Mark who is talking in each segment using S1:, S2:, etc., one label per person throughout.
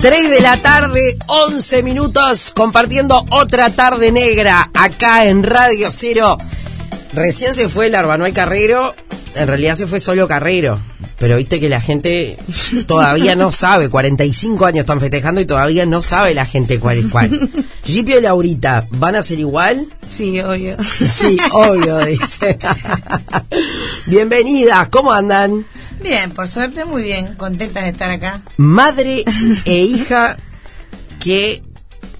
S1: 3 de la tarde, 11 minutos, compartiendo otra tarde negra acá en Radio Cero. Recién se fue el Arbanoy Carrero, en realidad se fue solo Carrero, pero viste que la gente todavía no sabe, 45 años están festejando y todavía no sabe la gente cuál es cuál. Gipio y Laurita, ¿van a ser igual?
S2: Sí, obvio.
S1: Sí, obvio, dice. Bienvenidas, ¿cómo andan?
S2: Bien, por suerte, muy bien. Contenta de estar acá.
S1: Madre e hija que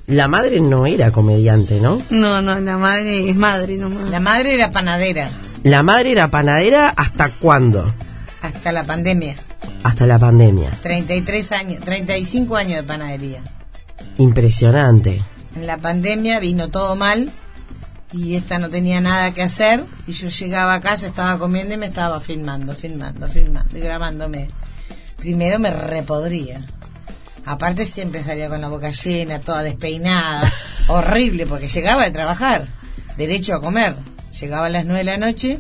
S1: la madre no era comediante, ¿no?
S2: No, no, la madre es madre nomás. La madre era panadera.
S1: La madre era panadera hasta cuándo?
S2: Hasta la pandemia.
S1: Hasta la pandemia.
S2: 33 años, 35 años de panadería.
S1: Impresionante.
S2: En la pandemia vino todo mal y esta no tenía nada que hacer y yo llegaba a casa, estaba comiendo y me estaba filmando, filmando, filmando y grabándome. Primero me repodría. Aparte siempre salía con la boca llena, toda despeinada, horrible porque llegaba de trabajar, derecho a comer. Llegaba a las 9 de la noche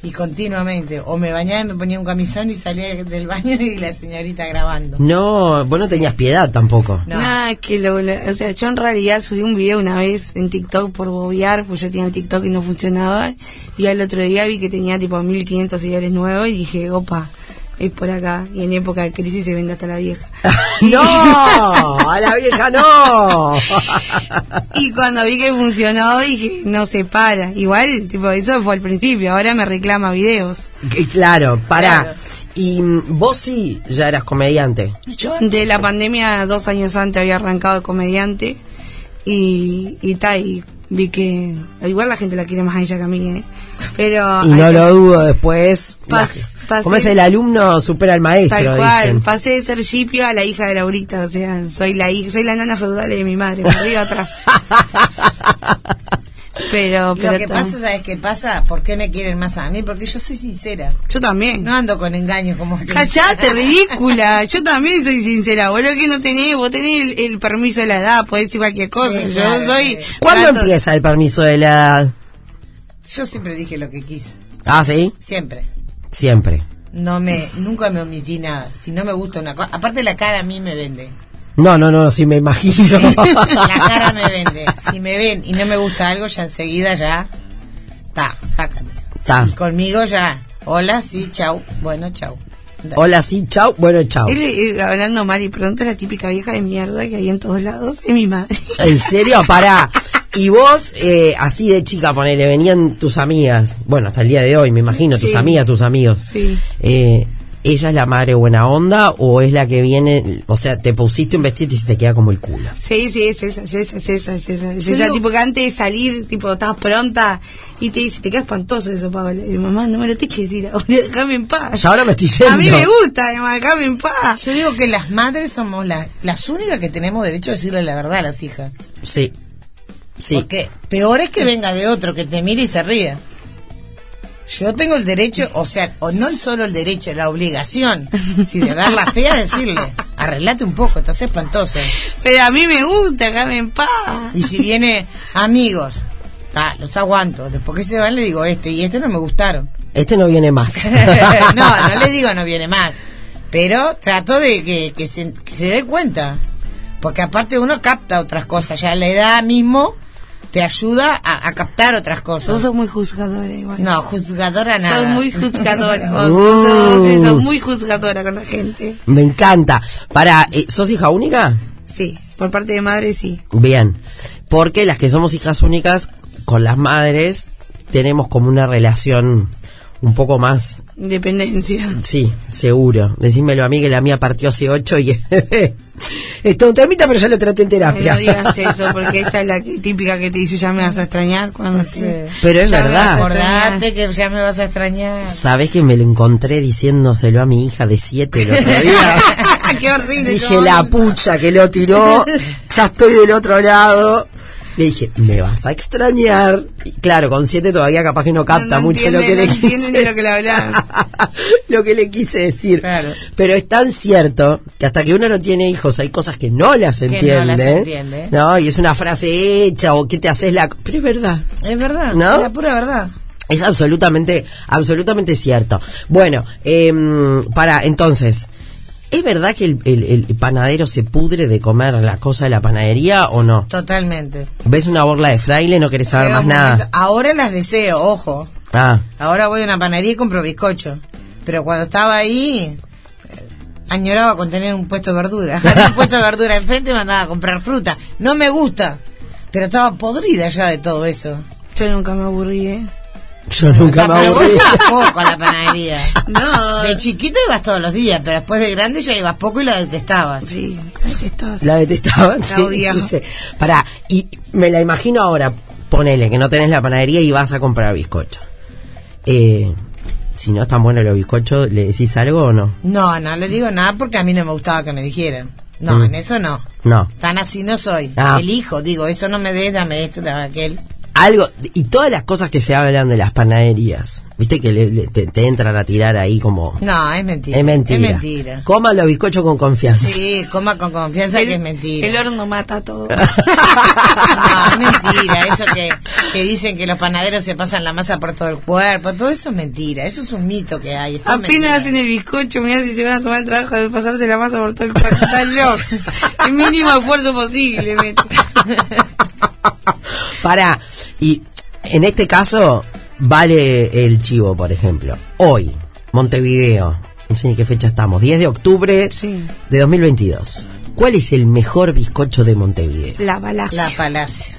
S2: y continuamente o me bañaba y me ponía un camisón y salía del baño y la señorita grabando.
S1: No, vos no tenías piedad tampoco.
S2: No.
S3: Nada, que lo, lo- O sea, yo en realidad subí un video una vez en TikTok por bobear, pues yo tenía TikTok y no funcionaba. Y al otro día vi que tenía tipo 1500 seguidores nuevos y dije, opa, es por acá. Y en época de crisis se vende hasta la vieja.
S1: ¡No! ¡A la vieja no!
S3: Y cuando vi que funcionó dije, no se para. Igual, tipo, eso fue al principio, ahora me reclama videos.
S1: Y claro, pará.
S2: Claro.
S1: Y mm, vos sí ya eras comediante.
S3: Yo antes de la pandemia, dos años antes, había arrancado de comediante y, y ta, y vi que igual la gente la quiere más a ella que a mí, ¿eh? Pero...
S1: Y no
S3: hay
S1: lo
S3: cosas-
S1: dudo después.
S3: Pas-
S1: la-
S3: pasé-
S1: ¿Cómo es el alumno supera al maestro?
S3: Tal cual,
S1: dicen.
S3: pasé de ser shipio a la hija de Laurita, o sea, soy la hija, soy la nana feudal de mi madre, por arriba atrás. Pero, pero
S2: Lo que
S3: ta-
S2: pasa, ¿sabes qué pasa? ¿Por qué me quieren más a mí? Porque yo soy sincera.
S3: yo también.
S2: No ando con engaños como que...
S3: Cachate, ridícula. Yo también soy sincera. Vos lo que no tenés, vos tenés el, el permiso de la edad, podés decir cualquier cosa.
S2: Sí,
S3: Yo
S2: claro,
S3: soy.
S2: sí.
S1: ¿Cuándo
S3: trato-
S1: empieza el permiso de la edad?
S2: Yo siempre dije lo que quise,
S1: Ah, sí,
S2: siempre.
S1: siempre.
S2: No me, nunca me omití nada. Si no me gusta una cosa, aparte la cara a mí me vende.
S1: No, no, no, sí me imagino.
S2: La cara me vende. Si me ven y no me gusta algo, ya enseguida ya, ta, sácate.
S1: Ta.
S2: Y conmigo ya, hola, sí, chau, bueno, chau. Da-
S1: Hola, sí, chau. Bueno, chau.
S2: Ah,
S3: Él, eh, hablando mal y pronto, es la típica vieja de mierda que hay en todos lados. Es mi madre.
S1: ¿En serio? Pará. Y vos, eh, así de chica, ponele, venían tus amigas, bueno, hasta el día de hoy, me imagino, tus
S3: Sí.
S1: amigas, tus amigos.
S3: Sí.
S1: Eh, ¿Ella es la madre buena onda o es la que viene, o sea, te pusiste un vestido y se te queda como el culo?
S3: Sí, sí, es esa, es esa, es esa, es esa. Es
S2: Yo
S3: esa,
S2: digo-
S3: tipo que antes de salir, tipo, estás pronta y te dice, te queda espantoso eso, Paola. Y yo, mamá, no me lo tienes que decir ahora, déjame en paz.
S1: Ya ahora me estoy yendo.
S3: A mí me gusta, además, déjame en paz.
S2: Yo digo que las madres somos las, las únicas que tenemos derecho a decirle la verdad a las hijas.
S1: Sí. Sí.
S2: Porque peor es que venga de otro que te mire y se ría. Yo tengo el derecho, o sea, o no solo el derecho, la obligación, si de ver la fea decirle, arreglate un poco, estás espantoso.
S3: Pero a mí me gusta, déjame en paz.
S2: Y si viene amigos, ta, los aguanto, después que se van le digo este, y este no me gustaron.
S1: Este no viene más.
S2: no, no le digo no viene más, pero trato de que, que se, que se dé cuenta, porque aparte uno capta otras cosas, ya la edad mismo te ayuda a, a captar otras cosas.
S3: Vos sos muy juzgadora igual.
S2: No, juzgadora nada. Uh.
S3: Sos muy juzgadora. Vos, vos sos, sí, sos muy juzgadora con la gente.
S1: Me encanta. Para, eh, ¿sos hija única?
S3: Sí, por parte de madre sí.
S1: Bien. Porque las que somos hijas únicas con las madres tenemos como una relación un poco más
S3: Independencia.
S1: Sí, seguro. Decímelo a mí que la mía partió hace ocho y... Está un temita, pero ya lo traté en
S3: Ay, No
S1: terapia.
S3: digas eso, porque esta es la que- típica que te dice ya me vas a extrañar cuando te...
S1: Pero es
S2: Ya me vas a
S1: verdad.
S2: Acordate que ya me vas a extrañar.
S1: Sabes que me lo encontré diciéndoselo a mi hija de siete el otro día.
S3: Qué horrible.
S1: dije,
S3: chabón.
S1: la pucha que lo tiró, ya estoy del otro lado. Le dije, me vas a extrañar. Y claro, con siete todavía capaz que no
S3: No-
S1: capta
S3: no
S1: mucho
S3: entiende,
S1: lo que
S3: no
S1: le quise
S3: entiende de lo que le hablas.
S1: lo que le quise decir.
S2: Claro.
S1: Pero es tan cierto que hasta que uno no tiene hijos hay cosas que no las
S2: no
S1: entiende.
S2: las entiende.
S1: ¿no? Y es una frase hecha o que te haces la... Pero es verdad.
S2: Es verdad,
S1: ¿No?
S2: es la pura verdad.
S1: Es absolutamente, absolutamente cierto. Bueno, em, para entonces, ¿Es verdad que el, el- el panadero se pudre de comer la cosa de la panadería o no?
S2: Totalmente.
S1: ¿Ves una borla de fraile? No querés saber
S2: Llega
S1: más
S2: un momento-
S1: nada.
S2: Ahora las deseo, ojo.
S1: Ah,
S2: Ahora voy a una panadería y compro bizcocho. Pero cuando estaba ahí, eh, añoraba con tener un puesto de verdura. Había un puesto de verdura enfrente y me andaba a comprar fruta. No me gusta. Pero estaba podrida ya de todo eso.
S3: Yo nunca me aburrí, ¿eh?
S1: yo nunca me
S2: Pero vos
S1: aburrí.
S2: tampoco a la panadería.
S3: No.
S2: De chiquita ibas todos los días, pero después de grande ya ibas poco y la detestabas.
S3: Sí, ahí estás.
S1: La detestaban, sí,
S3: odiaba.
S1: sí, sí. Pará, y me la imagino ahora, ponele que no tenés la panadería y vas a comprar bizcocho. Eh, si no están buenos los bizcochos, ¿le decís algo o no?
S2: No, no le digo nada porque a mí no me gustaba que me dijeran. No,
S1: Mm.
S2: en eso no.
S1: No.
S2: Tan así no soy.
S1: Ah.
S2: Elijo, digo, eso no me des, dame esto, dame aquel.
S1: Algo, y todas las cosas que se hablan de las panaderías, viste que le- le- te, te entran a tirar ahí como...
S2: No, es mentira.
S1: es mentira.
S2: Es mentira.
S1: Coma los bizcochos con confianza.
S2: Sí, coma con confianza que es mentira.
S3: el horno mata todo.
S2: No, es mentira. Eso que, que dicen que los panaderos se pasan la masa por todo el cuerpo, todo eso es mentira. Eso es un mito que hay. eso es mentira.
S3: Apenas hacen el bizcocho, mirá si se van a tomar el trabajo de pasarse la masa por todo el cuerpo. Están locos. El mínimo esfuerzo posible, mete.
S1: Para, y en este caso vale el chivo, por ejemplo. Hoy, Montevideo, no sé ni qué fecha estamos, 10 de octubre
S3: Sí.
S1: de 2022. ¿Cuál es el mejor bizcocho de Montevideo?
S3: La palacio.
S2: La palacio.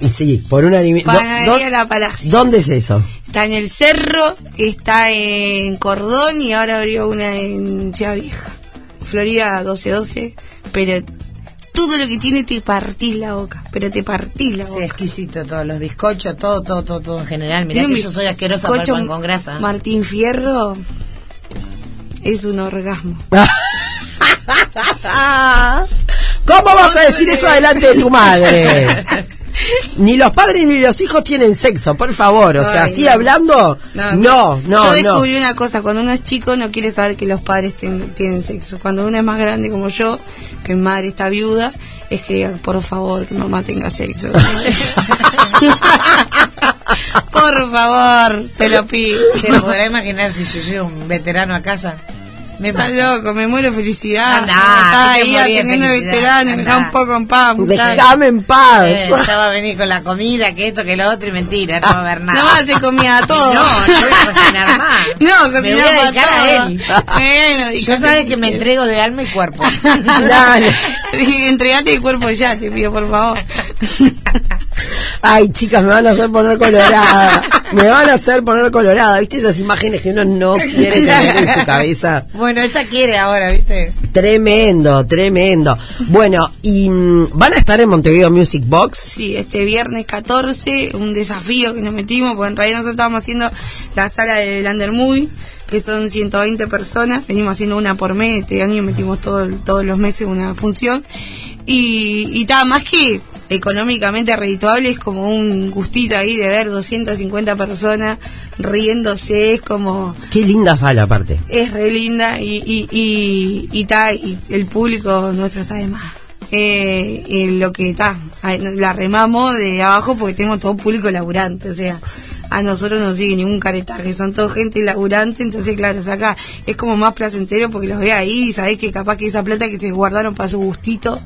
S1: Y sí, por una
S3: Panadería La Palacio.
S1: ¿Dónde es eso?
S3: Está en el cerro, está en Cordón y ahora abrió una en Ciudad Vieja. Florida 1212. Pero todo lo que tiene te partís la boca. Pero te partís la
S2: Sí,
S3: boca.
S2: exquisito todos los bizcochos, todo, todo, todo, todo en general. Mirá
S3: Tiene
S2: que
S3: un
S2: yo soy asquerosa para el
S3: bizcocho
S2: pan con grasa.
S3: Martín Fierro es un orgasmo.
S2: Ah.
S1: ¿Cómo vas a decir eso delante de tu madre? Ni los padres ni los hijos tienen sexo, por favor. O sea,
S3: Ay,
S1: así
S3: no.
S1: hablando, no, no,
S3: Yo
S1: no.
S3: descubrí una cosa, cuando uno es chico no quiere saber que los padres ten- tienen sexo. Cuando uno es más grande como yo, que mi madre está viuda, es que diga, por favor, que mamá tenga sexo. por favor, te lo pido.
S2: ¿Te lo podrás imaginar si yo llego un veterano a casa? Me
S3: Estás
S2: pasa.
S3: loco, me muero de felicidad.
S2: Andá,
S3: Está ahí
S2: que te morí de
S3: atendiendo
S2: felicidad,
S3: veteranos, me
S2: andá.
S3: da un poco en paz, muchacho.
S1: Déjame en paz.
S2: Eh, ya va a venir con la comida, que esto, que lo otro, y mentira, no va a haber nada.
S3: No más se comía a todos.
S2: No, no voy a cocinar más.
S3: No,
S2: Me voy
S3: cocinaba
S2: a
S3: para
S2: dedicar a
S3: todos.
S2: él.
S3: Bueno,
S2: Yo sabes que me entrego de alma y cuerpo.
S1: Dale.
S3: Dije, entregate el cuerpo ya, te pido, por favor.
S1: Ay, chicas, me van a hacer poner colorada. Me van a hacer poner colorada. ¿Viste esas imágenes que uno no quiere tener en su cabeza?
S2: Bueno, esta quiere ahora, ¿viste?
S1: Tremendo, tremendo. Bueno, y mm, van a estar en Montevideo Music Box.
S3: Sí, este viernes 14, un desafío que nos metimos, porque en realidad nosotros estábamos haciendo la sala del Under Movie, que son 120 personas, venimos haciendo una por mes, este año metimos todo, el- todos los meses una función, y, y ta, más que económicamente redituable, es como un gustito ahí de ver 250 personas riéndose, es como...
S1: Qué linda sala aparte.
S3: es re linda y, y, y, y ta, y el público nuestro está de más. Eh, eh, lo que está, la remamos de abajo porque tengo todo público laburante, o sea, a nosotros no sigue ningún caretaje, son todo gente laburante, entonces claro, saca, es como más placentero porque los ve ahí y sabés que capaz que esa plata que se guardaron para su gustito,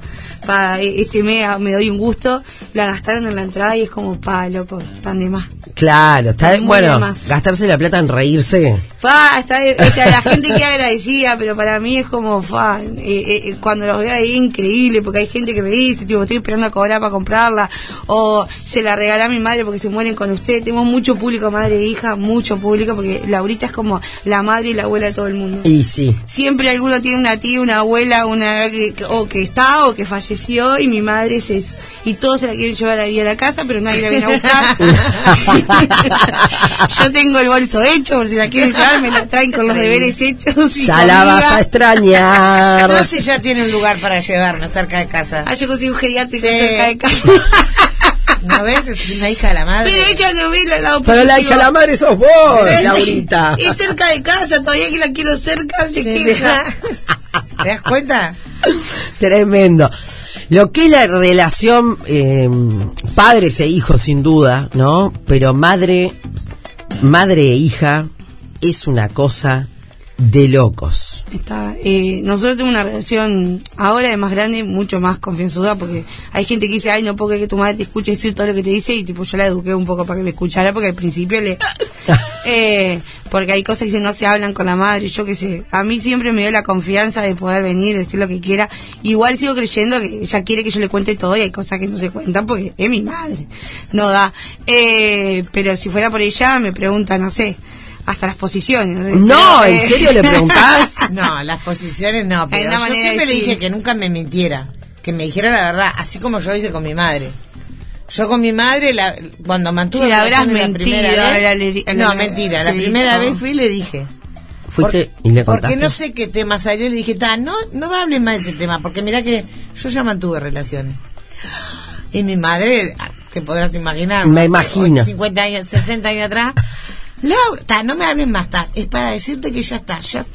S3: para eh, este mes ah, me doy un gusto, la gastaron en la entrada y es como, pa, loco, tan de más.
S1: Claro, está
S3: Muy
S1: bueno,
S3: de más.
S1: gastarse la plata en reírse.
S3: Fa, está, o sea, la gente que agradecida, pero para mí es como, fa, eh, eh, eh, cuando los veo ahí increíble, porque hay gente que me dice, tipo, estoy esperando a cobrar para comprarla, o se la regalé a mi madre porque se mueren con usted. Tenemos mucho público, madre e hija, mucho público, porque Laurita es como la madre y la abuela de todo el mundo.
S1: Y sí.
S3: Siempre alguno tiene una tía, una abuela, una que- que- o que está o que falleció y mi madre es eso. Y todos se la quieren llevar ahí a la casa, pero nadie la viene a buscar. Yo tengo el bolso hecho, por si la quieren llevar me la traen con los deberes hechos. y
S1: Ya la
S3: comida.
S1: vas a extrañar.
S2: No sé, ya tiene un lugar para llevarme cerca de casa.
S3: Ah, yo consigo un geriátrico
S2: Sí.
S3: cerca de casa.
S2: ¿No ves? Es una hija de la madre.
S3: Pero ella no ve el lado
S1: Pero la hija de la madre sos vos,
S3: positivo.
S1: Laurita.
S3: Es cerca de casa, todavía que la quiero cerca, se
S2: Sí,
S3: queja.
S2: ¿Te das cuenta?
S1: Tremendo. Lo que es la relación eh, padres e hijos, sin duda, ¿no? Pero madre, madre e hija es una cosa de locos.
S3: Está, eh, nosotros tenemos una relación ahora de más grande, mucho más confianzuda, porque hay gente que dice, ay, no puedo creer que tu madre te escuche decir todo lo que te dice, y tipo, yo la eduqué un poco para que me escuchara, porque al principio le... eh, porque hay cosas que no se hablan con la madre, yo qué sé. A mí siempre me dio la confianza de poder venir, decir lo que quiera. Igual sigo creyendo que ella quiere que yo le cuente todo, y hay cosas que no se cuentan porque es mi madre. No da. Eh, pero si fuera por ella, me pregunta, no sé, hasta las posiciones. sé,
S1: No,
S3: pero,
S1: ¿en
S3: eh,
S1: serio le preguntás?
S2: No, las posiciones no, pero
S3: una
S2: yo
S3: manera de
S2: siempre le
S3: decir.
S2: dije que nunca me mintiera, que me dijera la verdad, así como yo hice con mi madre. Yo con mi madre, la- cuando mantuve
S3: Sí, la
S2: relaciones
S3: habrás
S2: primera
S3: mentido,
S2: vez-
S3: la le- la-
S2: no,
S3: la-
S2: mentira, la
S3: sí,
S2: primera
S3: no.
S2: vez fui y le dije.
S1: Fuiste
S2: Por-
S1: y le
S2: Porque
S1: contaste.
S2: no sé qué tema salió y le dije, "Ta, no, no me hables más de ese tema, porque mira que yo ya mantuve relaciones. Y mi madre, ah, te podrás imaginar,
S1: Me
S2: hace
S1: imagino.
S2: 50 años, 60 años atrás. Laura, ta, no me hables más, ta, es para decirte que ya está, ya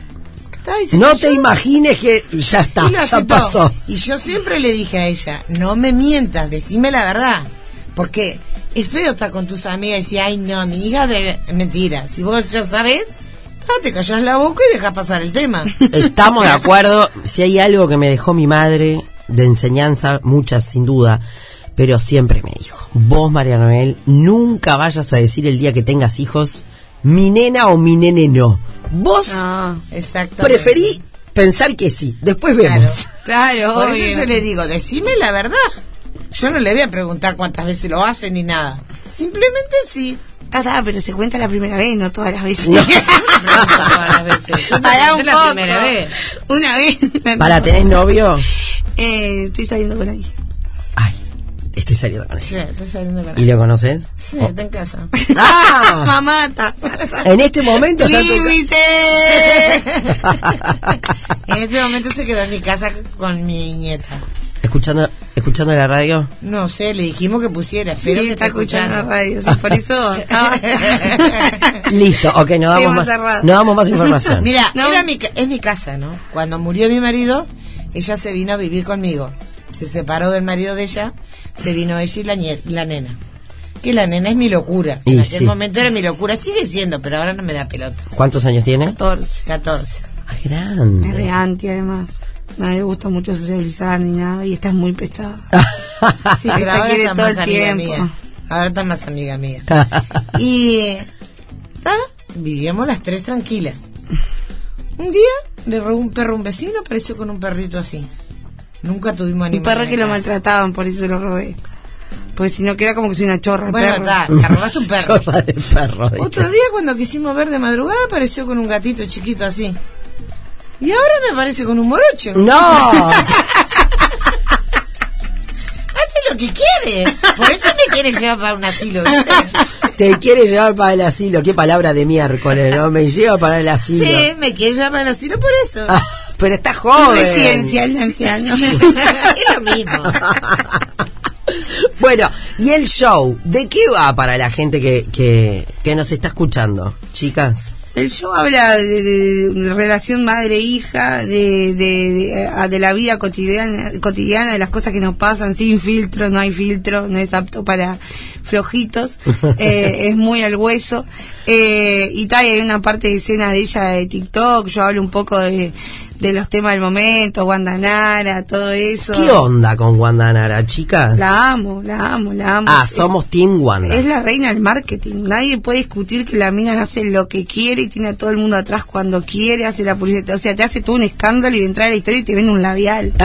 S2: está. dice
S1: No
S2: que
S1: te
S2: yo-
S1: imagines que ya está,
S2: y lo
S1: ya
S2: aceptó.
S1: pasó.
S2: Y yo siempre le dije a ella, no me mientas, decime la verdad. Porque es feo estar con tus amigas y decir, ay no, mi hija de mentira. Si vos ya sabés, no, te callás la boca y dejas pasar el tema.
S1: Estamos de acuerdo. Si hay algo que me dejó mi madre de enseñanza, muchas sin duda, pero siempre me dijo, vos, María Noel, nunca vayas a decir el día que tengas hijos, mi nena o mi nene no. Vos
S3: No,
S2: Exacto.
S1: preferí pensar que sí. Después
S2: Claro.
S1: vemos.
S3: claro,
S2: Por
S3: obvio.
S2: eso yo le digo, decime la verdad. Yo no le voy a preguntar cuántas veces lo hacen ni nada. Simplemente sí.
S3: Ta, ta, "Ah, pero se cuenta la primera vez, no todas las veces.
S2: Todas las veces. Yo
S3: Pará un
S2: la
S3: poco.
S2: primera vez.
S3: Una vez.
S1: Para, ¿tenés novio?
S3: Eh, estoy saliendo con alguien.
S1: Ay, estoy saliendo con él.
S2: Sí, estoy saliendo con
S1: ¿Y lo conoces? Oh.
S2: Sí, está en casa.
S1: ¡Ah!
S3: Mamá, está.
S1: En este momento está en tu ca-
S3: ¡Límite!
S2: En este momento se quedó en mi casa con mi nieta.
S1: escuchando, escuchando la radio.
S2: No sé, le dijimos que pusiera.
S3: Sí,
S2: Espero que
S3: está escuchando la radio, sí, por eso estaba.
S1: Listo, ok, no damos
S3: Tema
S1: más,
S3: cerrado.
S1: no damos más información.
S2: Mira,
S3: No.
S2: era mi ca- es mi casa, ¿no? Cuando murió mi marido, ella se vino a vivir conmigo. Se separó del marido de ella, se vino ella y la, nie- la nena. Que la nena es mi locura. En
S1: Y
S2: aquel
S1: sí.
S2: momento era mi locura, sigue siendo, pero ahora no me da pelota.
S1: ¿Cuántos años tiene?
S3: 14.
S2: 14.
S1: Ah,
S3: Es
S1: grande.
S3: de anti, además. No le gusta mucho socializar ni nada y está muy pesada.
S2: Sí,
S3: Esta
S2: pero ahora
S3: quiere
S2: está
S3: todo
S2: más
S3: el
S2: amiga
S3: tiempo.
S2: mía. Ahora está más amiga mía.
S1: Ah.
S2: Y eh, ta, vivíamos las tres tranquilas. Un día le robó un perro a un vecino, apareció con un perrito así. Nunca tuvimos
S3: Un
S2: animales.
S3: perro
S2: en
S3: que lo
S2: casa.
S3: maltrataban, por eso lo robé. Porque si no queda como que soy una chorra. el
S2: Bueno,
S3: perro.
S2: ta, te robaste un perro.
S1: Chorra de perro. dice.
S2: Otro día cuando quisimos ver de madrugada apareció con un gatito chiquito así. Y ahora me aparece con un morocho.
S1: No,
S2: Hace lo que quiere. Por eso me quiere llevar para un asilo. ¿viste?
S1: te quiere llevar para el asilo. Qué palabra de miércoles, ¿no? Me lleva para el asilo.
S2: Sí, me quiere llevar para el asilo por eso.
S1: Ah, pero está
S3: Un
S1: joven.
S3: Residencial de ancianos.
S2: es lo mismo.
S1: Bueno, y el show, ¿de qué va para la gente que, que, que nos está escuchando, chicas?
S3: El show habla de, de- de relación madre-hija, de, de, de- a- de la vida cotidiana, cotidiana, de las cosas que nos pasan, sin filtro, no hay filtro, no es apto para flojitos, eh, es muy al hueso. Eh, y tal, y hay una parte de escena de ella de TikTok, yo hablo un poco de, de los temas del momento, Guandanara, todo eso.
S1: ¿Qué onda con Wanda Nara, chicas?
S3: La amo, la amo, la amo.
S1: ah,
S3: Es-
S1: somos Team Wanda.
S3: es la reina del marketing. Nadie puede discutir que la mina hace lo que quiere y tiene a todo el mundo atrás cuando quiere, hace la publicidad. O sea, te hace todo un escándalo y entrar a la historia y te vende un labial.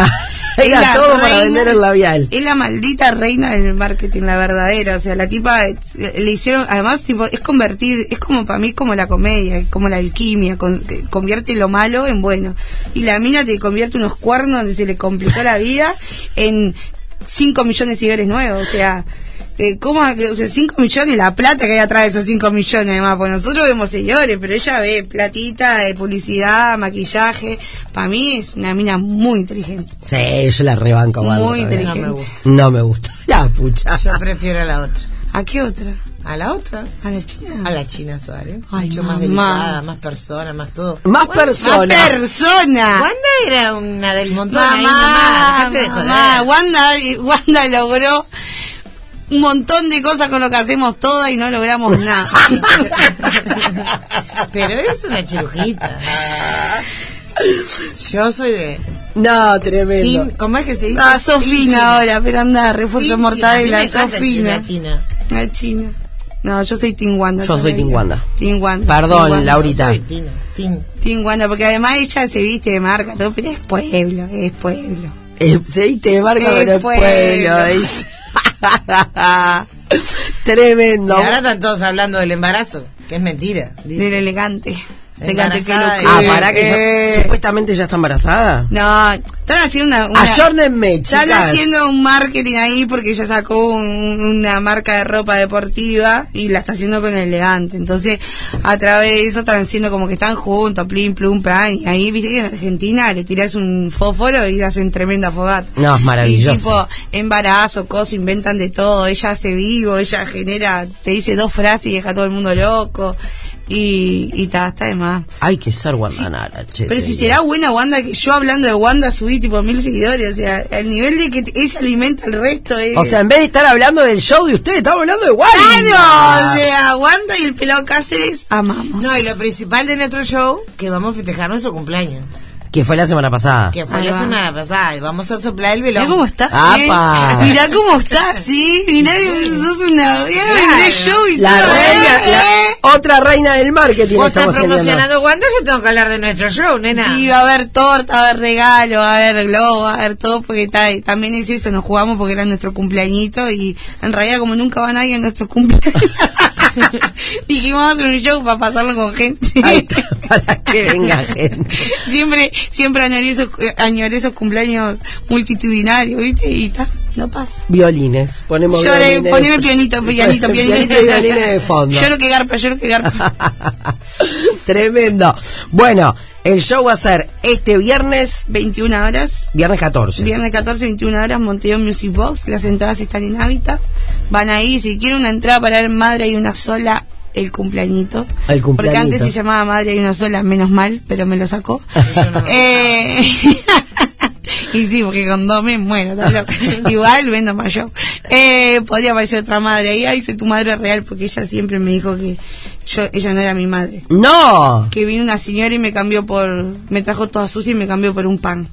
S1: Era
S3: Es la
S1: todo para
S3: reina-
S1: vender el labial.
S3: Es la maldita reina del marketing, la verdadera. O sea, la tipa eh, le hicieron, además, tipo, es convertir, es como para mí, es como la comedia, es como la alquimia, con- que convierte lo malo en bueno. Y la mina te convierte unos cuernos donde se le complicó la vida en 5 millones de seguidores nuevos. O sea, eh, ¿cómo? que- O sea, 5 millones, la plata que hay atrás de esos 5 millones, además. Pues nosotros vemos seguidores, pero ella ve platita, de publicidad, maquillaje. Para mí es una mina muy inteligente.
S1: Sí, yo la rebanco a Wanda.
S3: Muy
S1: también.
S3: inteligente.
S2: No me gusta.
S1: No me gusta. La pucha.
S2: Yo prefiero a la otra.
S3: ¿A qué otra?
S2: A la otra.
S3: ¿A la china?
S2: A la China Suárez.
S3: Ay,
S2: Mucho más
S3: mamá.
S2: delicada, más persona, más todo.
S1: Más persona.
S3: ¡Más persona!
S2: Wanda era una del montón. ahí
S3: Mamá,
S2: nomás, dejate de
S3: mamá,
S2: joder.
S3: Wanda, Wanda logró un montón de cosas con lo que hacemos todas y no logramos nada.
S2: Ah, Pero eres una chirujita. Yo soy de.
S1: No, tremendo.
S2: Fin, ¿Cómo es que se dice?
S3: ah, sos fina ahora, pero anda, refuerzo
S2: Fin china. A
S3: mortadela,
S2: mí me
S3: sos
S2: encanta
S3: fina.
S2: La china.
S3: La china. No, yo soy Tinguanda.
S1: Yo soy Team Wanda.
S3: Tinguanda.
S1: Perdón, Laurita.
S2: Tin, tin.
S3: Tinguanda, porque además ella se viste de marca, todo, pero es pueblo, es pueblo.
S1: El aceite Eh, de marca
S3: El
S1: pero el
S3: pueblo.
S1: pueblo. dice. Tremendo.
S2: Y ahora están todos hablando del embarazo, que es mentira. dice.
S3: Del elegante. Elegante que lo
S2: Embarazada,
S3: que-
S1: Ah, pará que
S3: eh.
S1: ya- supuestamente ya está embarazada.
S3: No, están haciendo una... una-
S1: Ayórnenme,
S3: Están
S1: Ah, chicas.
S3: haciendo un marketing ahí porque ella sacó un- una marca de ropa deportiva y la está haciendo con elegante. Entonces, a través de eso están haciendo como que están juntos, plin, plum, plan. Y ahí, viste que en Argentina le tiras un fósforo y hacen tremenda fogata.
S1: No, es maravilloso.
S3: Y tipo, embarazo, cosas, inventan de todo. Ella hace vivo, ella genera, te dice dos frases y deja a todo el mundo loco. Y, y ta, está de más.
S1: Hay que ser guandanara, che.
S3: Pero
S1: te
S3: si
S1: digo.
S3: será buena Wanda, que yo hablando de Wanda subí tipo mil seguidores, o sea, el nivel de que t- ella alimenta al resto es...
S1: O sea, en vez de estar hablando del show de ustedes, estamos hablando de Ah, Wanda.
S3: ¡Claro! ¡Ah, O sea, Wanda y el pelado Cáceres amamos.
S2: No, y lo principal de nuestro show, que vamos a festejar nuestro cumpleaños.
S1: Que fue la semana pasada.
S2: Que fue
S3: Ahí
S2: la
S3: va.
S2: semana pasada. Y vamos a soplar el
S3: Mirá
S2: velón.
S3: cómo está, ¿sí?
S1: ¡Apa!
S3: Mirá cómo está, ¿sí? Mirá que sos una... Mirá, vendré yo y
S1: La
S3: todo,
S1: reina,
S3: ¿eh?
S1: la otra reina del marketing
S2: Vos estás
S1: estamos teniendo.
S2: promocionando Wanda, yo tengo que hablar de nuestro show, nena.
S3: Sí, va a haber torta, va a haber regalo, va a haber globo, va a haber todo, porque ta- y también es eso, nos jugamos porque era nuestro cumpleañito y en realidad como nunca va nadie a nuestro cumpleaños, dijimos vamos a hacer un show para pasarlo con gente.
S1: Ahí está, para que venga gente.
S3: siempre, siempre añoré esos, eh, añoré esos cumpleaños multitudinarios, ¿viste? Y ta, no pasa.
S1: Violines, ponemos
S3: Lloré,
S1: violines.
S3: poneme pianito, pianito, pianito.
S1: Violines, violines de fondo.
S3: Lloro que garpa, lloro que garpa.
S1: Tremendo. Bueno, el show va a ser este viernes,
S3: 21 horas.
S1: viernes 14.
S3: Viernes 14, 21 horas, Montevideo Music Box. Las entradas están en hábitat. Van ahí, si quieren una entrada para ver Madre hay una sola, el cumpleañito.
S1: El cumpleañito.
S3: Porque antes se llamaba Madre hay una sola, menos mal, pero me lo sacó. Eh, y sí, porque con dos me muero. está loco. Igual vendo más yo. Eh, podría aparecer otra madre ahí. Ay, soy tu madre real, porque ella siempre me dijo que yo ella no era mi madre.
S1: No,
S3: Que vino una señora y me cambió por... Me trajo toda sucia y me cambió por un pan.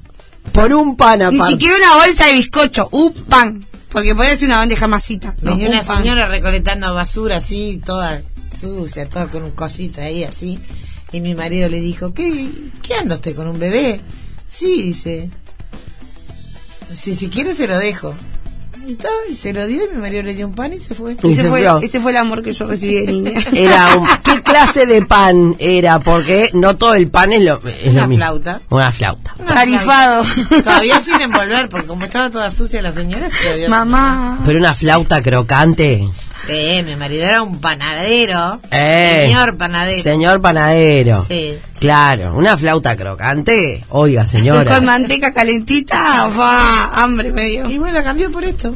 S1: por un pan
S3: Ni
S1: aparte.
S3: siquiera una bolsa de bizcocho, un pan. Porque podría ser una bandeja masita. No,
S2: Venía
S3: un
S2: una
S3: pan.
S2: señora recolectando basura así, toda sucia, toda con un cosito ahí así. Y mi marido le dijo, ¿qué, qué anda usted con un bebé? Sí, dice. Si, si quiere se lo dejo. Y, todo, y se lo dio y mi marido le dio un pan y se fue.
S1: Y
S3: Ese
S1: se
S3: fue,
S1: fue.
S3: ese fue el amor que yo recibí de niña. Eh,
S1: Era un- ¿Qué clase de pan era? Porque no todo el pan es lo, es lo
S2: Una
S1: mismo.
S2: flauta.
S1: Una flauta.
S3: Tarifado.
S2: Todavía sin envolver, porque como estaba toda sucia la señora, se lo dio.
S3: Mamá.
S1: Pero una flauta crocante.
S2: Sí, mi marido era un panadero.
S1: Eh,
S2: Señor panadero.
S1: Señor panadero.
S2: Sí.
S1: Claro, una flauta crocante. Oiga, señora.
S3: Con manteca calentita, fa, hambre medio.
S2: Y bueno, cambió por esto.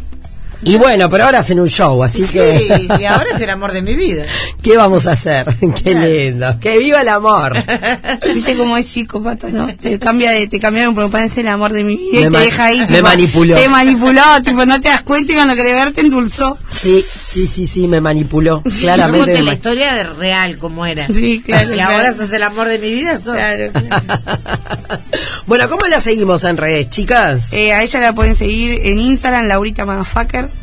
S1: Y bueno, pero ahora hacen un show, así
S2: Sí,
S1: que.
S2: y ahora es el amor de mi vida.
S1: ¿Qué vamos a hacer? Qué lindo. Que viva el amor.
S3: Viste cómo es psicópata, ¿no? Te cambia de, te cambiaron por un pan, es el amor de mi vida
S1: Me
S3: y te
S1: ma-
S3: deja ahí.
S1: me
S3: tipo,
S1: manipuló.
S3: Te manipuló, tipo, no te das cuenta y con lo que de verte endulzó.
S1: Sí, sí, sí, sí, me manipuló.
S2: Yo
S1: Claramente.
S2: conté la
S1: me-
S2: historia de real como era.
S3: Sí, claro,
S2: Y
S3: claro.
S2: ahora sos el amor de mi vida. sos-
S3: Claro, claro.
S1: bueno, ¿cómo la seguimos en redes, chicas?
S3: Eh, a ella la pueden seguir en Instagram, Laurita Motherfucker.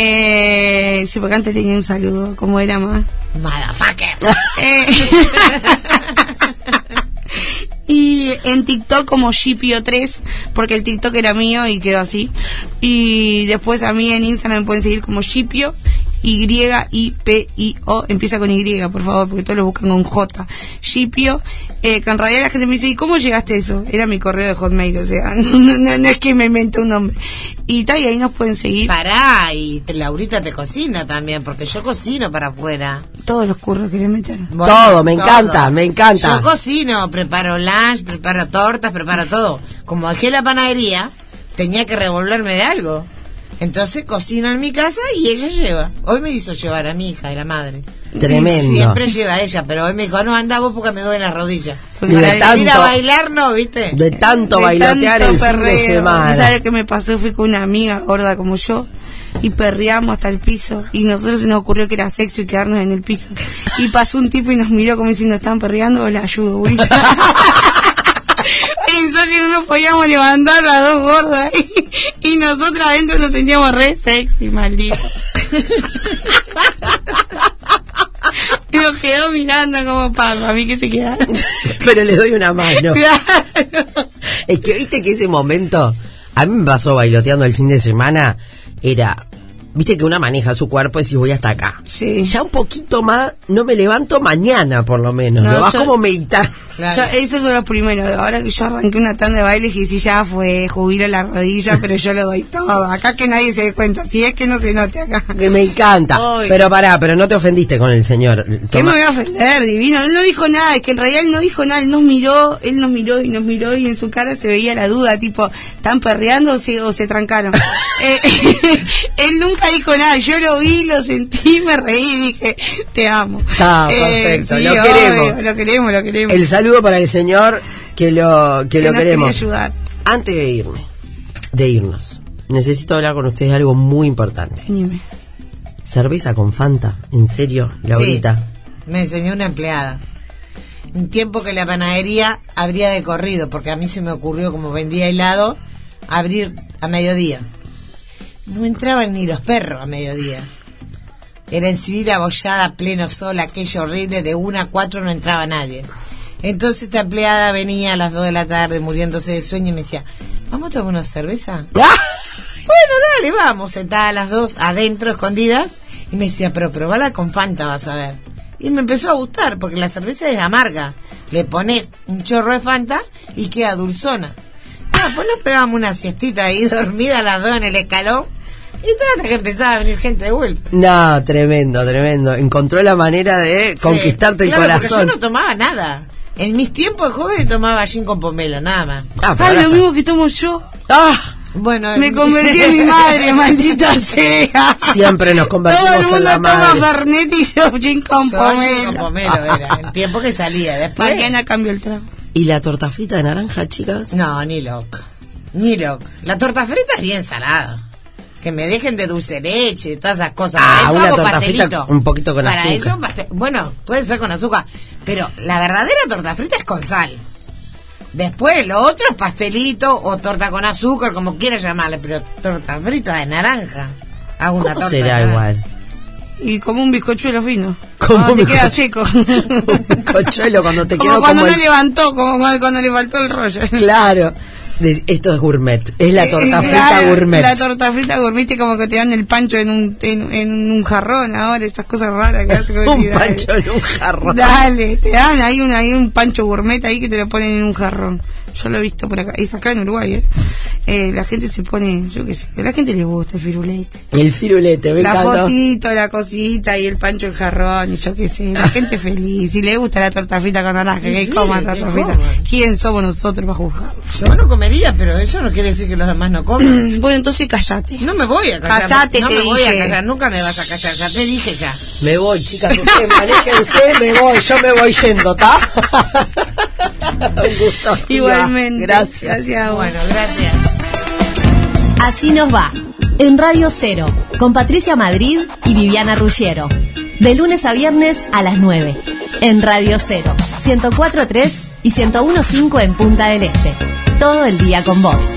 S3: Eh, sí, porque antes tenía un saludo, como era más.
S2: Motherfucker.
S3: Eh, y en TikTok como Shipio3, porque el TikTok era mío y quedó así. Y después a mí en Instagram me pueden seguir como Shipio. Y-I-P-I-O, empieza con Y, por favor, porque todos lo buscan con J. Shipio, eh, que en realidad la gente me dice, ¿y cómo llegaste a eso? Era mi correo de Hotmail, o sea, no, no- no es que me inventé un nombre. Y tal, y ahí nos pueden seguir
S2: Pará, y te- Laurita te cocina también, porque yo cocino para afuera.
S3: todos los curros que le meter.
S2: Bueno,
S1: Todo, me encanta, me encanta.
S2: Yo cocino, preparo lunch, preparo tortas, preparo todo. Como dejé la panadería, tenía que revolverme de algo. Entonces cocino en mi casa y ella lleva. Hoy me hizo llevar a mi hija, de la madre.
S1: Tremendo.
S2: Siempre lleva a ella, pero hoy me dijo, "Ah, no, anda vos porque me duelen las rodillas.
S1: Y
S2: Para
S1: de
S2: ir a
S1: tanto-
S2: bailar, no, ¿viste?
S1: De tanto
S3: de
S1: bailotear el
S3: tanto
S1: fin de
S3: perreo.
S1: semana.
S3: ¿Sabes qué me pasó? Fui con una amiga gorda como yo. y perreamos hasta el piso. Y nosotros se nos ocurrió que era sexo y quedarnos en el piso. Y pasó un tipo y nos miró como diciendo, ¿están perreando o la ayudo, Wilson? Pensó que no nos podíamos levantar las dos gordas. Y, y nosotros adentro nos sentíamos re sexy, maldito. Nos quedó mirando como pago, a mí que se queda.
S1: Pero le doy una mano.
S3: Claro.
S1: Es que viste que ese momento, a mí me pasó bailoteando el fin de semana, era, viste que una maneja su cuerpo y si voy hasta acá.
S3: Sí.
S1: Ya un poquito más, no me levanto mañana por lo menos,
S3: No,
S1: lo vas
S3: yo-
S1: como meditar.
S2: Claro.
S3: Yo- esos son los primeros. Ahora que yo arranqué una tanda de bailes y si ya fue, jubilo la rodilla, pero yo lo doy todo. Acá que nadie se dé cuenta. Si es que no se note acá.
S1: Que me encanta.
S3: Ay.
S1: Pero pará, pero no te ofendiste con el señor.
S3: ¿Qué
S1: Toma-
S3: me voy a ofender, divino? Él no dijo nada, es que en realidad él no dijo nada, él nos miró, él nos miró y nos miró y en su cara se veía la duda, tipo, ¿están perreando o se, o se trancaron? Eh, él nunca dijo nada, yo lo vi, lo sentí, me reí y dije, te amo. Eh,
S1: Está, Ah, perfecto, lo
S3: obvio,
S1: queremos.
S3: Lo queremos, lo queremos.
S1: El saludo para el señor que lo, que
S3: Él
S1: lo
S3: nos quería
S1: queremos.
S3: ayudar.
S1: Antes de irme, de irnos, necesito hablar con ustedes de algo muy importante.
S3: Dime.
S1: Cerveza con Fanta, en serio, Laurita.
S2: Sí, me enseñó una empleada. Un tiempo que la panadería habría de corrido, porque a mí se me ocurrió, como vendía helado, abrir a mediodía. No entraban ni los perros a mediodía. Era en civil abollada, pleno sol, aquello horrible, de una a cuatro no entraba nadie. Entonces esta empleada venía a las dos de la tarde muriéndose de sueño y me decía, ¿vamos a tomar una cerveza?
S1: ¡Ah!
S2: Bueno, dale, vamos, sentada a las dos adentro, escondidas. Y me decía, pero probala con Fanta, vas a ver. Y me empezó a gustar, porque la cerveza es amarga. Le pones un chorro de Fanta y queda dulzona. Ah, pues nos pegamos una siestita ahí, dormida a las dos en el escalón. Y hasta que empezaba a venir gente de vuelta.
S1: No, tremendo, tremendo. Encontró la manera de conquistarte
S2: Sí,
S1: el
S2: claro, Porque yo
S1: corazón.
S2: no tomaba nada. En mis tiempos de joven tomaba gin con pomelo, nada más.
S1: Ah, pero
S3: Ay,
S1: ahora
S3: lo
S1: está.
S3: mismo que tomo yo.
S1: Ah,
S2: Bueno,
S3: Me convertí en mi madre, maldita sea.
S1: Siempre nos convertimos
S3: Todo el
S1: en
S3: mundo
S1: la
S3: toma
S1: madre.
S3: Fernet y yo gin con
S2: Yo gin con
S3: pomelo.
S2: pomelo era, el tiempo que salía. Después,
S3: Mañana cambio el trago.
S1: ¿Y la torta frita de naranja, chicas?
S2: No, ni loco. Ni loco. La torta frita es bien salada. Que me dejen de dulce de leche y todas esas cosas.
S1: Ah,
S2: Para eso
S1: una
S2: hago
S1: torta frita
S2: pastelito.
S1: un poquito con
S2: Para
S1: azúcar.
S2: eso pastel- Bueno, puede ser con azúcar. Pero la verdadera torta frita es con sal. Después lo otro es pastelito o torta con azúcar, como quieras llamarle. Pero torta frita de naranja. Hago una
S1: ¿Cómo
S2: torta
S1: será
S2: de naranja.
S1: igual?
S3: Y como un bizcochuelo fino.
S1: Como
S3: Cuando
S1: un
S3: te queda seco.
S1: bizcochuelo. Un bizcochuelo cuando te
S3: como
S1: quedó
S3: cuando
S1: como
S3: no
S1: el-
S3: levantó, como cuando, cuando le faltó el rollo.
S1: Claro. De- Esto es gourmet. Es la torta
S3: Eh, Claro,
S1: frita gourmet.
S3: La torta frita gourmet es como que te dan el pancho en un, en, en un jarrón ahora, esas cosas raras que hace como
S1: un
S3: decir, dale.
S1: pancho en un jarrón.
S3: Dale, te dan ahí un, ahí un pancho gourmet ahí que te lo ponen en un jarrón. Yo lo he visto por acá, es acá en Uruguay, ¿eh? Eh, la gente se pone, yo qué sé, a la gente le gusta el firulete.
S1: El firulete, me
S3: la
S1: encantó.
S3: fotito, la cosita y el pancho en jarrón, y yo qué sé, la gente feliz. Si le gusta la torta frita con naranja, que
S2: Sí,
S3: coma
S2: que
S3: torta frita.
S2: coman.
S3: ¿Quién somos nosotros para juzgar?
S2: Yo no comería, pero eso no quiere decir que los demás no coman.
S3: Bueno, entonces callate.
S2: No me voy a callar.
S3: Callate,
S2: no
S3: te
S2: me voy a
S3: dije.
S2: callar, nunca me vas a callar, ya te dije ya.
S1: Me voy, chicas, ustedes manéjense, me voy, yo me voy yendo, ¿tá? Un gusto.
S3: Igualmente.
S1: Gracias.
S3: Gracias a vos.
S2: Bueno, gracias.
S4: Así nos va. En Radio Cero, con Patricia Madrid y Viviana Ruggiero. De lunes a viernes a las 9. En Radio Cero, 104.3 y 101.5 en Punta del Este. Todo el día con vos.